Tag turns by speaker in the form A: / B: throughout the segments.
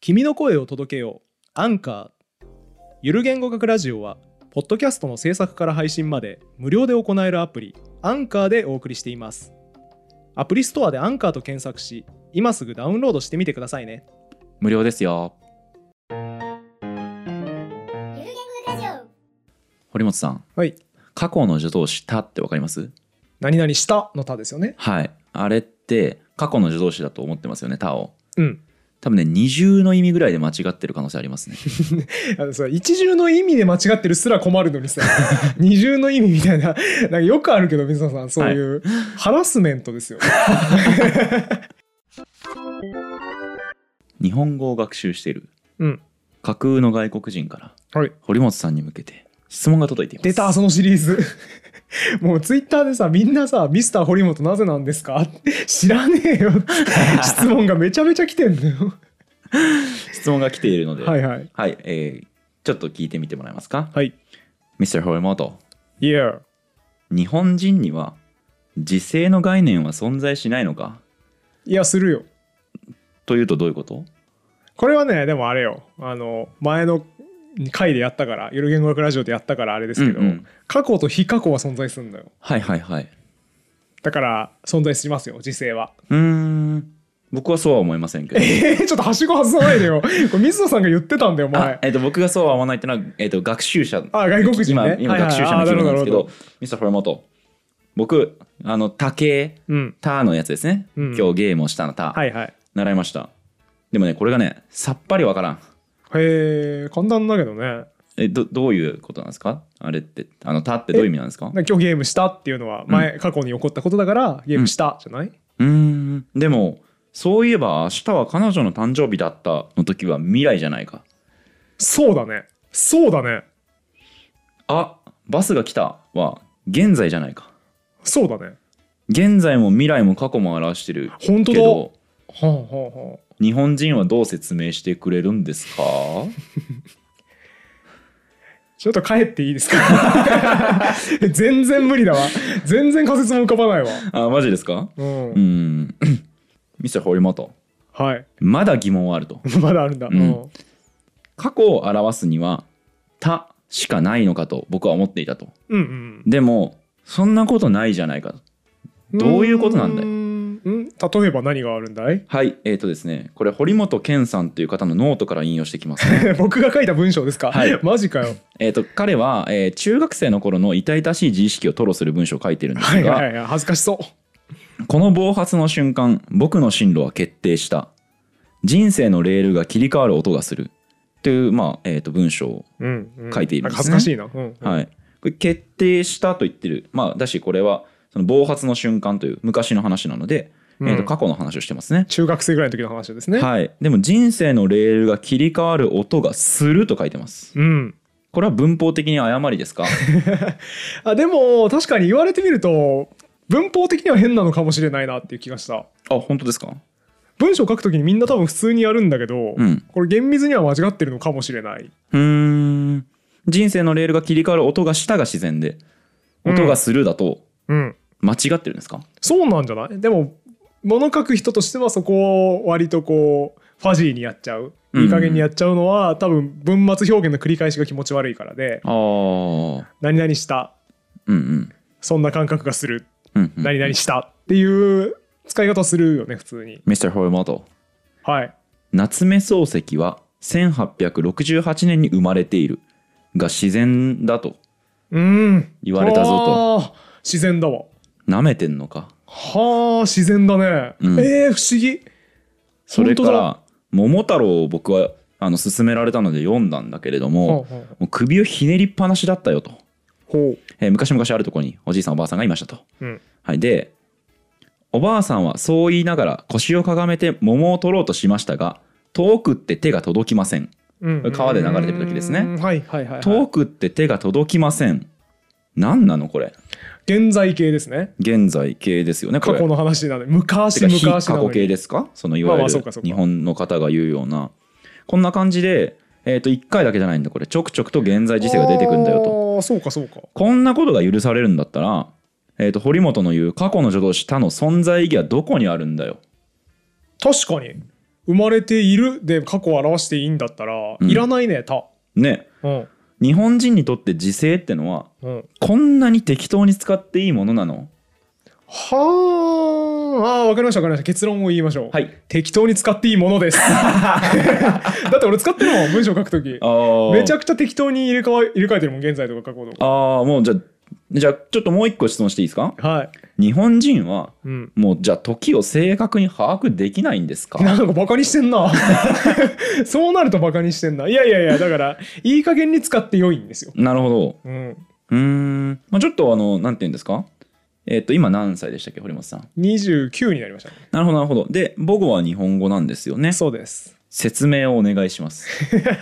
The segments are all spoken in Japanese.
A: 君の声を届けようアンカーゆる言語学ラジオはポッドキャストの制作から配信まで無料で行えるアプリアンカーでお送りしていますアプリストアでアンカーと検索し今すぐダウンロードしてみてくださいね
B: 無料ですよ
C: ゆる言語ラジオ
B: 堀本さん
A: はい
B: 過去の助動詞「た」ってわかります
A: 何々したのたですよね
B: はいあれって過去の助動詞だと思ってますよね「た」を
A: うん
B: 多分ね二重の意味ぐらいで間違ってる可能性あ りますね
A: あのそれ一重の意味で間違ってるすら困るのに さ二重の意味みたいななんかよくあるけど水野さんそういうハラスメントですよ、ね
B: 日本語を学習している
A: うん
B: 架空の外国人から
A: はい
B: 堀本さんに向けて質問が届いています
A: 出たそのシリーズ もうツイッターでさみんなさ「ミスター堀本なぜなんですか?」 知らねえ よ」質問がめちゃめちゃ来てんのよ
B: 質問が来ているので
A: はいはい
B: はい、えーちょっと聞いてみてもらえますか
A: はい
B: Mr. 堀本
A: Yeah
B: 日本人には時制の概念は存在しないのか
A: いやするよ
B: というとどういうこと
A: これはねでもあれよあの前の回でやったから「ゆる言語学ラジオ」でやったからあれですけど、
B: うんうん
A: 過去と非過去は存在するんだよ
B: はいはいはい
A: だから存在しますよ時勢は
B: うーん僕はそうは思いませんけど
A: えーちょっとはしご外さないでよ これ水野さんが言ってたんだよ
B: あ
A: 前
B: えっと僕がそうは思わないっていうのは、えっと学習者
A: あ外国人ね
B: 今今
A: はいはい
B: 学習者の
A: あ
B: 気分なんで
A: な
B: すけ
A: る
B: ど
A: ほ
B: ミスター・フォルモト僕あの「タケ
A: うん
B: タ」のやつですね、
A: うん
B: 今日ゲームをしたの「タ、
A: はいはい
B: 習いましたでもねこれがねさっぱりわからん
A: へえ簡単だけどね
B: えどどういうことなんですかあれってあの「タ」ってどういう意味なんですか
A: だから今日ゲームしたっていうのは前、過去に起こったことだからゲームしたじゃない、
B: うーんでもそういえば明日は彼女の誕生日だったの時は未来じゃないか
A: そうだねそうだね
B: あバスが来たは現在じゃないか
A: そうだね
B: 現在も未来も過去も表してる
A: 本当
B: け
A: だ
B: ど
A: はあはあはあ
B: 日本人はどう説明してくれるんですか
A: ちょっと帰っていいですか 全然無理だわ全然仮説も浮かばないわ
B: あマジですか
A: うん、
B: うーん ミスター堀本
A: はい
B: まだ疑問はあると
A: まだあるんだ、うん
B: 過去を表すには「た」しかないのかと僕は思っていたと
A: うんうん
B: でもそんなことないじゃないかと
A: うん
B: どういうことなんだよ
A: うん例えば何があるんだい
B: はいえっ、とですねこれ堀本健さんという方のノートから引用してきますね
A: 僕が書いた文章ですか、
B: はい
A: マジかよ
B: えっと彼は、えー中学生の頃の痛々しい自意識を吐露する文章を書いてるんですが、
A: はいはいはい恥ずかしそう
B: この暴発の瞬間、僕の進路は決定した。人生のレールが切り替わる音がする。という、まあ、えっ、と、文章。
A: うんうん
B: 書いているん
A: なんか
B: です
A: 恥
B: ね
A: ずかしいな、うんうん
B: はい。これ、決定したと言ってる。まあ、だし、これは、その暴発の瞬間という昔の話なので、えっ、
A: う
B: と、
A: ん
B: 過去の話をしてますね。
A: 中学生ぐらいの時の話ですね、
B: はい。でも、人生のレールが切り替わる音がすると書いてます。
A: うん
B: これは文法的に誤りで すか
A: あでも確かに言われてみると文法的には変なのかもしれないなっていう気がした
B: あ、本当ですか
A: 文章書くときにみんな多分普通にやるんだけど、
B: うん
A: これ厳密には間違ってるのかもしれないう
B: ーん。人生のレールが切り替わる音がしたが自然で、音がするだと
A: うん
B: 間違ってるんですか、
A: そうなんじゃないでも物書く人としてはそこを割とこうファジーにやっちゃう
B: うん
A: いい加減にやっちゃうのは、多分文末表現の繰り返しが気持ち悪いからで
B: ああ、うん
A: 何々した
B: うん。
A: そんな感覚がする
B: うんうん、
A: 何々したっていう使い方するよね普通に
B: Mr. ホルモト
A: はい
B: 夏目漱石は1868年に生まれているが自然だと
A: うん
B: 言われたぞと
A: と自然だわ
B: なめてんのか
A: はあ自然だね、
B: うん
A: えー、不思議
B: それか
A: 本当だ
B: ら「桃太郎」を僕はあの勧められたので読んだんだけれども,、
A: ほうほうほう
B: もう首をひねりっぱなしだったよと、
A: ほ
B: えー昔々あるところにおじいさんおばあさんがいましたと、
A: う、うん、
B: はい、でおばあさんはそう言いながら腰をかがめて桃を取ろうとしましたが遠くって手が届きません
A: うんうん
B: 川で流れてる時ですね
A: うんはいはいはい、は
B: 遠
A: い、
B: くって手が届きません。何なのこれ。
A: 現在形ですね
B: 現在形ですよね。こ
A: 過
B: れ
A: 去の話なのに昔
B: てか
A: 昔
B: 非
A: な
B: 過
A: の
B: 去形
A: に
B: ですかそのいわ
A: まあま
B: ゆ
A: あそう
B: る
A: かそうか
B: 日本の方が言うような。こんな感じで、えっ、と、1回だけじゃないんだ。これ、ちょくちょくと現在時世が出てくんだよと。
A: あーそうかそうか
B: こんなことが許されるんだったら、えっ、と、堀本の言う過去の助動詞他の存在意義はどこにあるんだよ。
A: 確かに生まれているで過去を表していいんだったら、
B: うん
A: いらないねた
B: ね
A: うん
B: 日本人にとって時制ってのは
A: うん
B: こんなに適当に使っていいものなの
A: はああーわかりましたわかりました結論を言いましょう、
B: はい
A: 適当に使っていいものです だって俺使ってるもん文章書くとき
B: あ
A: めちゃ
B: く
A: くちゃ適当に入れ替わ入れ替えてるもん現在とか過去と
B: ああもうじゃあじゃあちょっともう一個質問していいですか
A: かはい
B: 日本人は
A: うん
B: もうじゃあ時を正確に把握できないんですか
A: なんかバカにしてん なそうなるとバカにしてんないやいやいやだからいい加減に使って良いんですよ
B: なるほど
A: うん
B: うーん、まあ、ちょっとあのなんて言うんですかえっ、と今何歳でしたっけ堀本さん
A: 29になりましたね
B: なるほどなるほどで母語は日本語なんですよね
A: そうです
B: 説明をお願いしま
A: い
B: す
A: や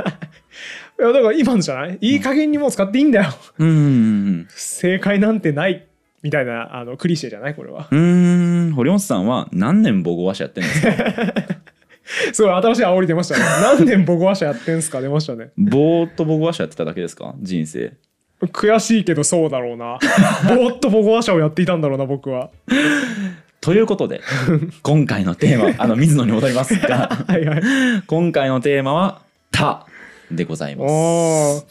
A: だから今のじゃないいい加減にもう使っていいんだよ、
B: うーん
A: 正解なんてないみたいなあのクリシェじゃないこれは
B: うーん堀本さんは何年母語話者やってるんですか
A: すごい新しい煽り出ましたね何年母語話者やってんすか出ましたね
B: ぼーっと母語話者やってただけですか人生
A: 悔しいけどそうだろう なぼーっと母語話者をやっていたんだろうな僕は
B: ということで今回のテーマあの水野に戻りますが
A: はいはい
B: 今回のテーマは「た」でございます
A: おー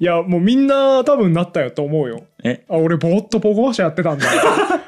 A: いやもうみんな多分なったよと思うよ
B: え
A: あ俺ぼーっとポコワシャやって たんだ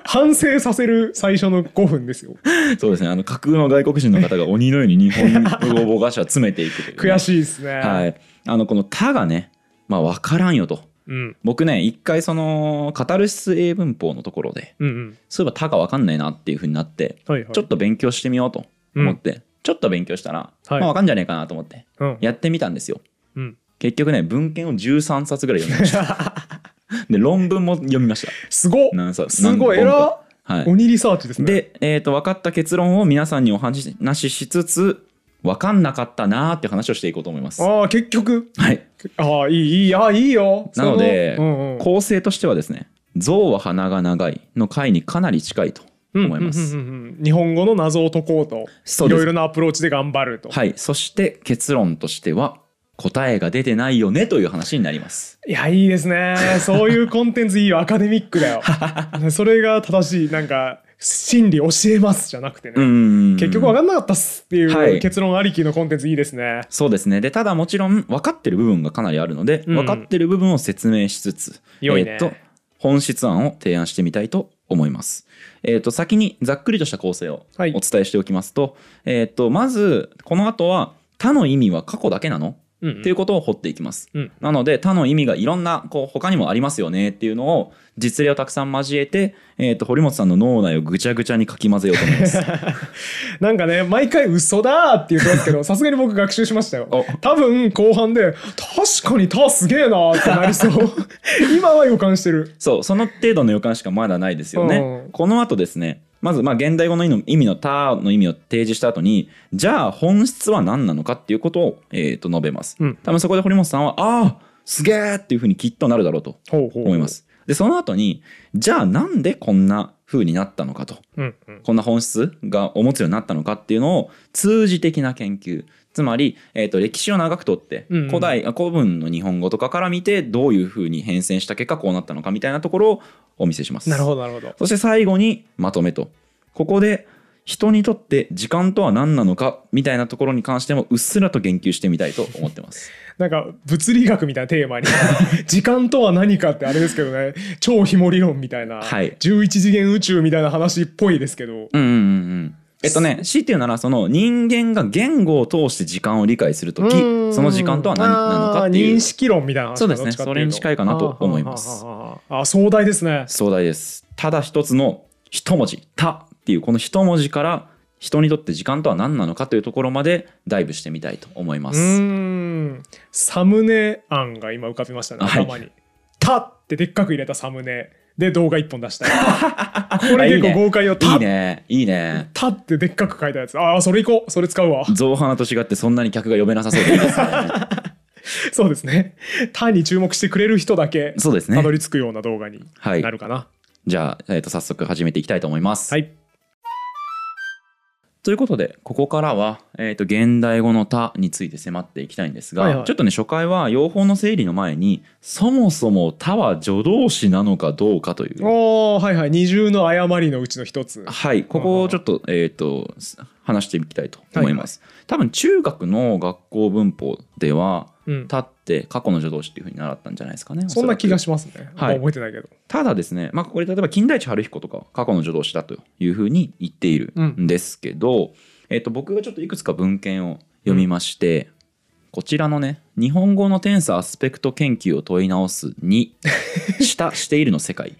A: 反省させる最初の5分ですよ
B: そうですねあの架空の外国人の方が鬼のように日本語母語話者詰めていくというね、
A: 悔しいですね、
B: はい、あのこの「た」がね、まあ、分からんよと
A: うん
B: 僕ね一回そのカタルシス英文法のところで
A: うんうん
B: そういえば「た」が分かんないなっていうふうになって
A: はいはい
B: ちょっと勉強してみようと思って、ちょっと勉強したら、
A: はい
B: まあ、分かんじゃねえかなと思って
A: うん
B: やってみたんですよ
A: うん
B: 結局ね文献を13冊ぐらい読みました で論文も読みました
A: すごっ
B: 何冊
A: すごい
B: 何本
A: 偉
B: か
A: っ
B: はい
A: 鬼リサーチですね
B: で、えー、と分かった結論を皆さんにお話ししつつ分かんなかったなーっていう話をしていこうと思いますは
A: ああ結局
B: い
A: ああいいいいああいいよ
B: なので
A: そうんうん
B: 構成としてはですね「象は鼻が長い」の回にかなり近いと思いま
A: う
B: す、
A: んうんうんうん日本語の謎を解こうと
B: そう
A: い
B: です
A: ろいろなアプローチで頑張ると、
B: はいそして結論としては答えが出てないよねという話になります
A: いやいいですねそういうコンテンツいいよアカデミックだよ それが正しいなんか真理教えますじゃなくてね、
B: うん
A: 結局分かんなかったっすって
B: はいいう
A: 結論ありきのコンテンツいいですね。
B: そうですねでただもちろん分かってる部分がかなりあるので、
A: うん
B: 分かってる部分を説明しつつ
A: 良いね
B: えーと本質案を提案してみたいと思います。えー、と先にざっくりとした構成を
A: はい
B: お伝えしておきますと,、えー、とまずこの後は「他の意味は過去だけなの?」
A: うん
B: っていうことを掘っていきます。
A: うん
B: なので他の意味がいろんなこう他にもありますよねっていうのを実例をたくさん交えて、えー、と堀本さんの脳内をぐちゃぐちゃにかき混ぜようと思い ます。
A: なんかね毎回嘘だーって言ってますけど さすがに僕学習しましたよ
B: お
A: 多分後半で確かにたすげえなーってなりそう 今は予感してる
B: そうその程度の予感しかまだないですよね。
A: うん
B: この後ですねまずまあ現代語の意味の意味の「他」の意味を提示した後にじゃあ本質は何なのかっていうことを、えー、と述べます。
A: うん
B: 多分そこで堀本さんは「ああすげえ!」っていうふうにきっとなるだろうと
A: ほうほう
B: 思いま、す。でその後にじゃあなんでこんな風になったのかと
A: うんうん、
B: こんな本質がお持つようになったのかっていうのを通じ的な研究つまり、えー、と歴史を長くとって
A: うんうん
B: 古代、あ古文の日本語とかから見てどういうふうに変遷した結果こうなったのかみたいなところをお見せします。
A: なるほどなるほど
B: そして最後にまとめとここで人にとって時間とは何なのかみたいなところに関してもうっすらと言及してみたいと思っ てます。
A: なんか物理学みたいなテーマ に時間とは何かってあれですけどね超ひも理論みたいな、
B: はい
A: 11次元宇宙みたいな話っぽいですけど
B: うんうんうんうんえっとね、強いて言うならその人間が言語を通して時間を理解するとき
A: うん
B: その時間とは何なのかっていう
A: あー認識論みたいな話
B: そうですね
A: どっちかってい
B: それに近いかなと思います
A: あーはーはーはーはーあー壮大ですね
B: 壮大ですただ一つの一文字「た」っていうこの一文字から人にとって時間とは何なのかというところまでダイブしてみたいと思いま
A: う
B: す、
A: ーんサムネ案が今浮かびましたね
B: はい
A: 頭に「た」ってでっかく入れたサムネで動画一本出 したいこ
B: あい
A: れ
B: い
A: 結
B: ね
A: 構豪快よ「
B: い
A: た
B: い」ねいいね
A: たってでっかく書いたやつああそれいこうそれ使うわ
B: 象鼻と違ってそんなに客が呼べなさそうでいいですね
A: そうですね「た」に注目してくれる人だけ
B: そうです
A: たど
B: ね
A: り着くような動画に
B: はい
A: なるかな
B: じゃあ、えー、と早速始めていきたいと思います、
A: はい
B: ということで、ここからは、えっ、と、現代語の他について迫っていきたいんですが、
A: はいはい
B: ちょっとね、初回は用法の整理の前に、そもそも他は助動詞なのかどうかという。
A: おーはいはい二重の誤りのうちの一つ
B: はい、ここをちょっと、えっ、と、す話していきたいと思います。多分、中学の学校文法では、
A: うん
B: 他って過去の助動詞っていうふうに習ったんじゃないですかね。
A: そんな気が
B: し
A: しますね、
B: はい
A: もう覚えてないけど
B: ただですね、まあ、これ例えば金田一春彦とかは過去の助動詞だというふうに言っているんですけど、えっと僕がちょっといくつか文献を読みまして、こちらのね「日本語の天差アスペクト研究を問い直す に」したしているの世界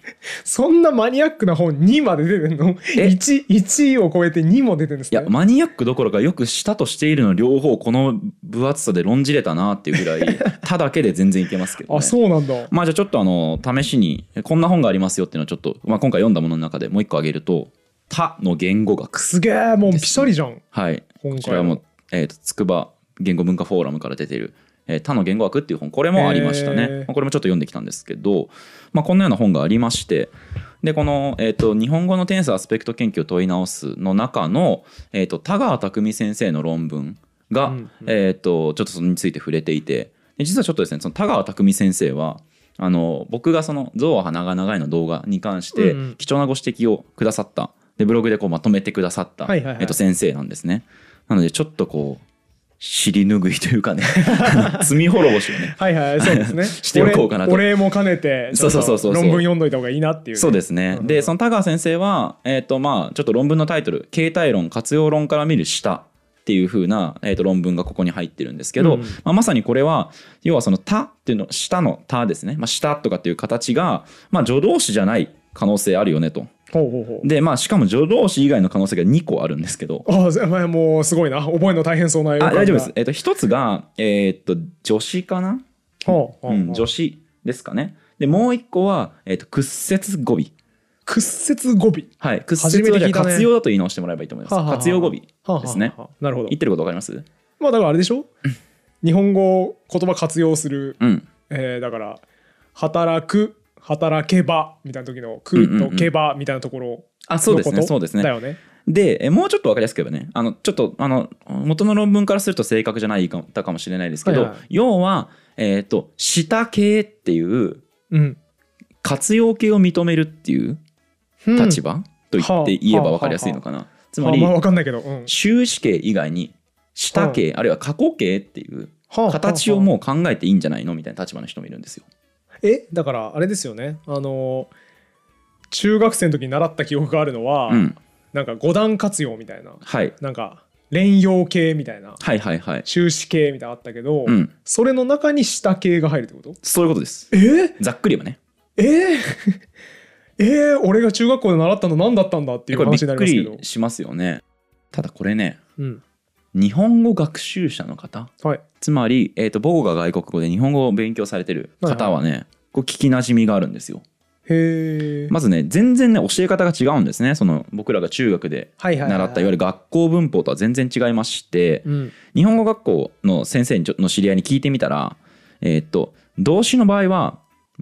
A: そんなマニアックな本2まで出てんの
B: え
A: 1, 1を超えて2も出てるんです
B: い
A: ね
B: やマニアックどころかよく「した」と「している」の両方この分厚さで論じれたなっていうぐら い「た」だけで全然いけますけど、ね、
A: あそうなんだ
B: まあじゃあちょっとあの試しにこんな本がありますよっていうのをちょっと、まあ、今回読んだものの中でもう一個挙げると「他の言語学」
A: すげえもうピシャリじゃん
B: はい、
A: 今
B: こち
A: 回
B: ら
A: の
B: も、えー、と筑波言語文化フォーラムから出てる「えー他の言語学」っていう本これもありましたね、
A: へー
B: まあこれもちょっと読んできたんですけど、まあ、こんなような本がありましてでこの、えーと「日本語の天差アスペクト研究を問い直す」の中の、えー、と田川匠先生の論文が、
A: うんうん
B: えー、とちょっとそれについて触れていてで実はちょっとですねその田川匠先生はあの僕がその「象は鼻が長い」の動画に関して
A: うんうん
B: 貴重なご指摘をくださったでブログでこうまとめてくださった、
A: はいはいはい
B: えっと、先生なんですね。なのでちょっとこう尻拭いというかね 罪滅ぼしをね
A: はい はいそうですね
B: しておこうかなと
A: お礼お礼も兼ねて
B: そうそうそうそう
A: ちょっと論文読んどいた方がいいなっていうね、
B: そうですね、
A: うん
B: でその田川先生は、えっとまあ、ちょっと論文のタイトル「形態論活用論から見る下」っていう風な、えっと論文がここに入ってるんですけど、
A: うん
B: まあ、まさにこれは要はその「た」っていうの下の「た」ですね「まあ、下」とかっていう形が、まあ、助動詞じゃない可能性あるよねと。
A: ほうほうほう
B: でまあしかも助動詞以外の可能性が2個あるんですけど
A: ああ前もうすごいな覚えるの大変そうな予
B: あ
A: 感が
B: 大丈夫です。えっと一つが、えっと助詞かな
A: ほうほうほう
B: うん、助詞ですかね。で、もう一個は、えっ、と、屈折語尾。
A: 屈折語尾
B: はい。屈
A: 初め
B: 折
A: て
B: はじゃ
A: 聞い
B: あ
A: たね
B: 活用だと言い直してもらえばいいと思います。
A: はあはあはあ
B: 活用語尾言
A: はあはあはあ
B: ですね
A: なるほど
B: ってることわかります
A: まあだからあれでしょ日本語を言葉活用する、
B: うん。
A: えーだから働く働けばみたいな時の「く」と「けば」みたいなところのこと、
B: あ、そうですね。そうです
A: だ
B: ね。
A: よね
B: で、えもうちょっとわかりやすく言えばね、あの、ちょっと、あの、元の論文からすると正確じゃないかったかもしれないですけど、
A: はいはい
B: 要は、えっ、と、下形っていう
A: うん
B: 活用形を認めるっていう
A: うん
B: 立場、と言って言えばわかりやすいのかな。つまり
A: あ、まあわかんないけど、うん
B: 終止形以外に、下形、あるいは過去形っていう、
A: はあ
B: 形をもう考えていいんじゃないのみたいな立場の人もいるんですよ。
A: えだからあれですよねあの中学生の時に習った記憶があるのは、
B: うん、
A: なんか五段活用みたいな
B: はい
A: なんか連用形みたいな
B: はいはいはい。
A: 終止形みたいなのあったけど、
B: うん、
A: それの中に下形が入るってこと
B: そういうことです。
A: えー、
B: ざっくりはね。
A: えー、えー、俺が中学校で習ったの何だったんだっていう
B: これび
A: 話に
B: っ
A: なりま
B: く
A: すけど
B: り、しますよね。ただこれね、
A: うん、
B: 日本語学習者の方、
A: はい
B: つまり、えー、と母語が外国語で日本語を勉強されてる方はね、こう聞きなじみがあるんですよ。
A: へえ、
B: まずね、全然ね、教え方が違うんですね。その僕らが中学で
A: はいはいはい
B: 習った、いわゆる学校文法とは全然違いまして、
A: うん、
B: 日本語学校の先生にちょの知り合いに聞いてみたら、えーっと動詞の場合は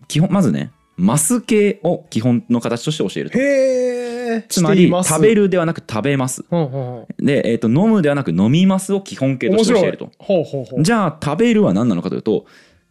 B: 基本まずねマス形を基本の形として教えると
A: へえ
B: つまり食
A: る、
B: べるではなく食べます
A: ほうほ
B: で、えーっと飲むではなく飲みますを基本形
A: う
B: と
A: 面
B: して
A: 白
B: 教え
A: い
B: ると
A: ほうほうほう
B: じゃあ食べるは何なのかというと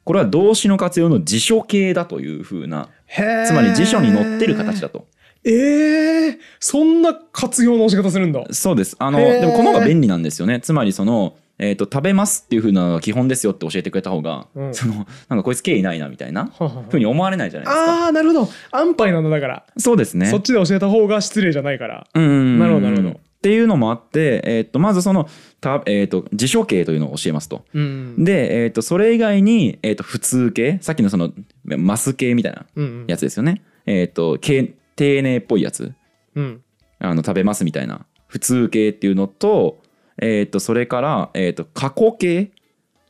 B: これは動詞の活用の辞書形だというふうな
A: へー
B: つまり辞書に載ってる形だと
A: えー、そんな活用の仕方するんだ
B: そうですあの
A: へー
B: でもこの方が便利なんですよねつまりそのえーっと食べますっていうふうなのが基本ですよって教えてくれた方が、
A: うん
B: そのなんかこいつ経緯ないなみたいなふうに思われないじゃないですか。
A: ああなるほど安牌なんだだから、
B: そうですね。
A: そっちで教えた方が失礼じゃないから
B: うんうんうん
A: なるほどなるほど
B: っていうのもあって、えーっとまずそのた、えーっと辞書形というのを教えますと。
A: うん
B: で、えーっとそれ以外に、えーっと普通形さっきのそのマス形みたいな
A: うんうん
B: やつですよね。えーっとけ丁寧っぽいやつ
A: うん
B: あの食べますみたいな普通形っていうのと,、えーっとそれから、えーっと過去形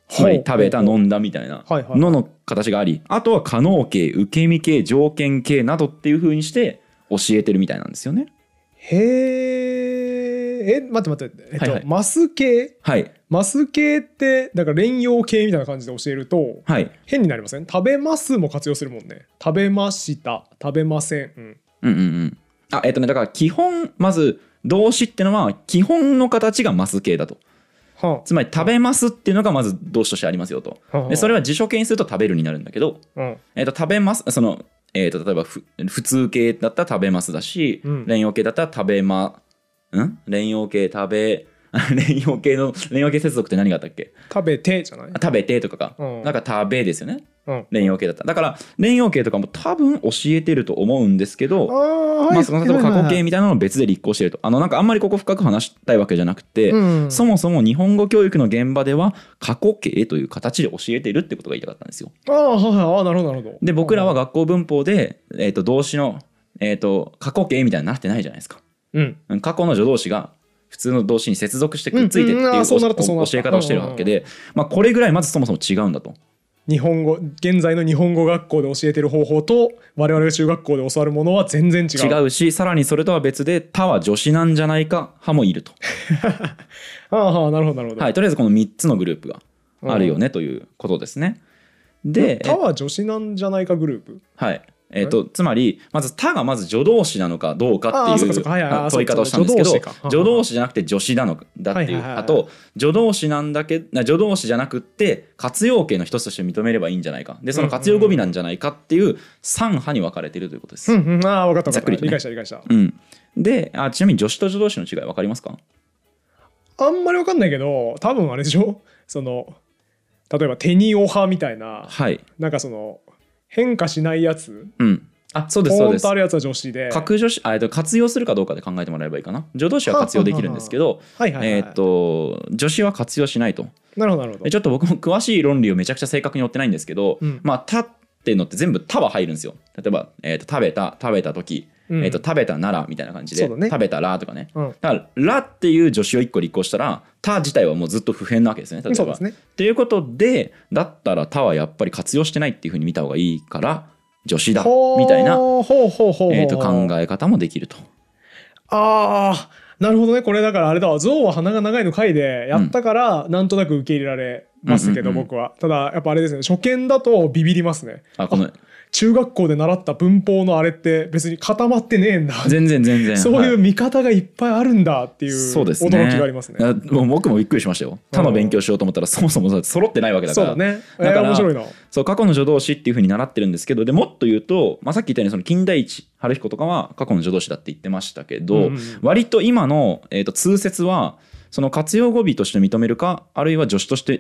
B: つまり
A: ほう
B: 食べた
A: ほうほう
B: 飲んだみたいな
A: はいはい
B: のの形がありあとは可能形受け身形条件形などっていうふうにして教えてるみたいなんですよね。
A: へええ待って待って、えっと
B: はいはい
A: マス系
B: はい
A: マス系ってだから連用系みたいな感じで教えると
B: はい
A: 変になりません食べますも活用するもんね食べました食べません、うん
B: うんうんうん。あえっ、とねだから基本まず動詞ってのは基本の形がマス形だと
A: は
B: つまり食べますっていうのがまず動詞としてありますよと
A: あはあ
B: でそれは辞書形にすると食べるになるんだけど、
A: あうん
B: えっと食べますその、えっと例えばふ普通形だったら食べますだし、
A: うん
B: 連用形だったら食べまん連用形食べ 連用形の連用形接続って何があったっけ
A: 食べてじゃない
B: あ食べてとかか、
A: うん
B: なんか食べですよね
A: うん
B: 連用形だっただから連用形とかも多分教えてると思うんですけど
A: ああはい
B: まあ、その過去形みたいなのを別で立候してるとあのなんかあんまりここ深く話したいわけじゃなくて、
A: うん
B: そもそも日本語教育の現場では過去形という形で教えているってことが言いたかったんですよ。
A: ああはいはいああなるほどなるほど
B: で僕らは学校文法で、えー、と動詞の、えー、と過去形みたいになってないじゃないですか。
A: うん
B: うん過去の助動詞が普通の動詞に接続してくっついてっていう
A: うんうんあーそうなるとそうな
B: お
A: る
B: 教え方をしてるわけで、まあ、これぐらいまずそもそも違うんだと。
A: 日本語現在の日本語学校で教えてる方法と我々が中学校で教わるものは全然違う
B: 違うしさらにそれとは別で「他は助詞なんじゃないか」派もいると。
A: ああはあなるほどなるほど
B: はい、とりあえずこの3つのグループが
A: うん
B: あるよねということですね。で、
A: 他は女子なんじゃないかグループ
B: はい。えっとつまりまず「他」がまず助動詞なのかどうか
A: あー
B: って
A: そ
B: いう
A: かそうかはいはい
B: あ
A: あー
B: 問い方をしたんですけど
A: そうかそうか助動詞か
B: 助動詞じゃなくて助詞なのかだって
A: は
B: いう
A: いはいはい
B: あと助動詞なんだけな助動詞じゃなくって活用形の一つとして認めればいいんじゃないかでその活用語尾なんじゃないかっていう3派に分かれているということです。
A: う
B: うん
A: んうんああ分かった分かった
B: ざっくりとね
A: 理解した理解した
B: であちなみに助詞と助動詞の違い分かりますか
A: あんまり分かんないけど多分あれでしょ その例えば手におはみたいな
B: はい。
A: なんかその変化しないやつ
B: うん、あそうです
A: ポ
B: そう
A: ー
B: で
A: ン
B: す
A: とあ。るやつは女子で
B: 格助詞あえっと活用するかどうかで考えてもらえばいいかな助動詞は活用できるんですけど
A: はいはいはい、
B: えっと助詞は活用しないと
A: なるほどなるほど
B: でちょっと僕も詳しい論理をめちゃくちゃ正確に追ってないんですけど、
A: うん
B: まあ「た」っていうのって全部「た」は入るんですよ例えば、えっと食べた食べた時、
A: うん
B: えっと食べたならみたいな感じで、
A: そうだね
B: 食べたらとかね、
A: うん
B: だから「ら」っていう助詞を1個立候したら「た」自体はもうずっと不変なわけですね例えば
A: そうですね
B: っていうことでだったら「た」はやっぱり活用してないっていうふうに見た方がいいから助詞だ
A: ほー
B: みたいな、
A: ほうほうほうほう
B: えっと考え方もできると。
A: あーなるほどねこれだからあれだわ象は鼻が長いの回でやったからなんとなく受け入れられますけど、
B: うんうんうん
A: 僕はただやっぱあれですね初見だとビビりますね
B: あこの
A: 中学校で習った文法のあれって別に固まってねえんだ
B: 全然全然
A: そういう
B: は
A: 見方がいっぱいあるんだっていう
B: そうですね
A: 驚きがありますね。
B: あもう僕もびっくりしましたよ他の勉強しようと思ったらそもそもだって揃ってないわけだか
A: そう
B: ら
A: だね。え
B: だか
A: ー、
B: ら
A: 面白いな。
B: そう過去の助動詞っていうふうに習ってるんですけどでもっと言うと、まあ、さっき言ったようにその金田一春彦とかは過去の助動詞だって言ってましたけど、
A: うんうん
B: 割と今の、えー、と通説はその活用語尾として認めるかあるいは助詞としてっ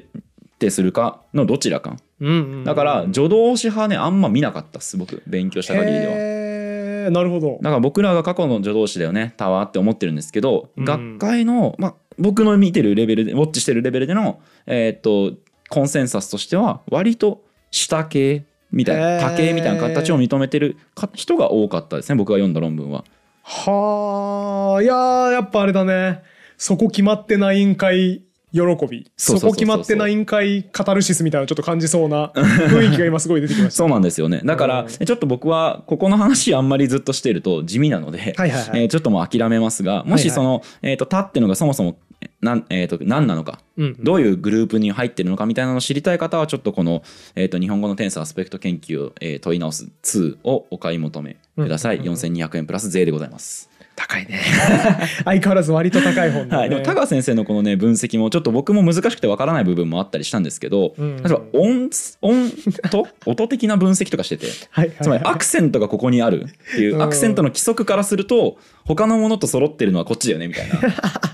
B: てするかのどちらか
A: うんうん
B: だから助動詞派ねあんま見なかったっす僕勉強した限りでは。
A: へーなるほど。
B: だから僕らが過去の助動詞だよねタワーって思ってるんですけど、
A: うん
B: 学会の、まあ、僕の見てるレベルでウォッチしてるレベルでの、えーっとコンセンサスとしては割と下系みたい
A: へ
B: な
A: ー
B: 多系みたいな形を認めてるか人が多かったですね僕が読んだ論文は。
A: はあいやーやっぱあれだねそこ決まってないんかい喜び
B: そうそうそうそう
A: そこ決まってないんかいカタルシスみたいなのちょっと感じそう な雰囲気が今すごい出てきました
B: そうなんですよねだから
A: うん
B: ちょっと僕はここの話あんまりずっとしてると地味なので、
A: はいはいはい
B: えーちょっともう諦めますがも
A: はい
B: し
A: はい
B: その「えーっとた」ってのがそもそもなん、えーっと何なのか
A: うん
B: どういうグループに入ってるのかみたいなのを知りたい方はちょっとこの、えー、と日本語のテンスアスペクト研究を、えー問い直す2をお買い求めください、
A: うんうんうん
B: 4200円プラス税でございます、
A: 高いね相変わらず割と高い本だ
B: は
A: よ
B: い、で
A: ね、
B: も田川先生のこのね分析もちょっと僕も難しくてわからない部分もあったりしたんですけど、
A: うんうん
B: 例えば音音と音的な分析とかしてて
A: はいはいはい
B: つまりアクセントがここにあるっていう
A: うん
B: アクセントの規則からすると他のものと揃ってるのはこっちだよねみた いな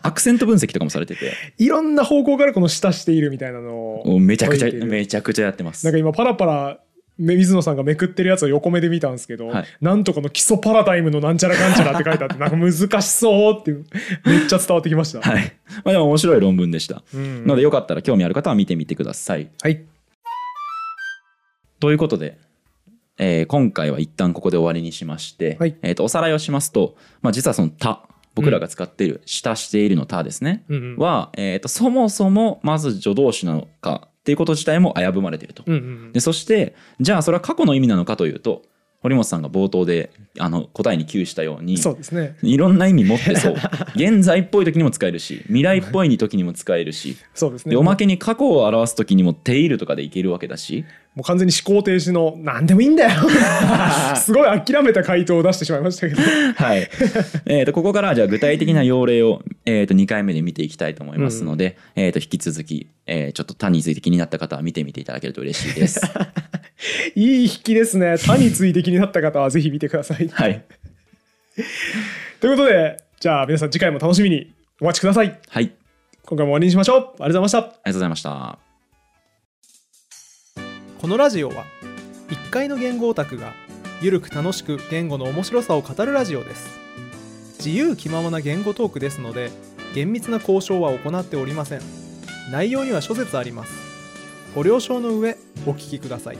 B: アクセント分析とかもされてて
A: いろんな方向からこの下しているみたいなのを
B: めちゃくち
A: 解いて
B: ゃ
A: いる
B: めちゃくちゃやってます
A: なんか今パラパラめ水野さんがめくってるやつを横目で見たんですけど、
B: はい
A: なんとかの基礎パラダイムのなんちゃらかんちゃらって書いてあってなんか難しそうっていうめっちゃ伝わってきました。
B: はい。まあでも面白い論文でした。
A: うん
B: のでよかったら興味ある方は見てみてください。
A: はい
B: ということで、えー今回は一旦ここで終わりにしまして、
A: はい
B: えーとおさらいをしますと、まあ、実はその「た」僕らが使っている「したしている」の「た」ですね、
A: うんうん
B: は、えーとそもそもまず助動詞なのかっていうこと自体も危ぶまれていると。
A: うんうん
B: でそしてじゃあそれは過去の意味なのかというと堀本さんが冒頭であの答えに寄与したように
A: そうですね。
B: いろんな意味持って そう現在っぽい時にも使えるし未来っぽい時にも使えるし
A: そうですね。
B: でおまけに過去を表す時にも「ている」とかでいけるわけだし
A: もう完全に思考停止の何でもいいんだ よすごい諦めた回答を出してしまいましたけ ど
B: はい。えっと、ここからはじゃあ具体的な要例を、えっと、2回目で見ていきたいと思いますので、えっと、引き続き、えーちょっと他について気になった方は見てみていただけると嬉しい です。
A: いい引きですね他について気になった方はぜひ見てください
B: はい。
A: ということでじゃあ皆さん次回も楽しみにお待ちください
B: はい。ありが
A: 今回も終わりにしましょうありがとうございました
B: とうございました。
A: このラジオは1階の言語オタクがゆるく楽しく言語の面白さを語るラジオです自由気ままな言語トークですので厳密な交渉は行っておりません内容には諸説ありますご了承の上お聞きください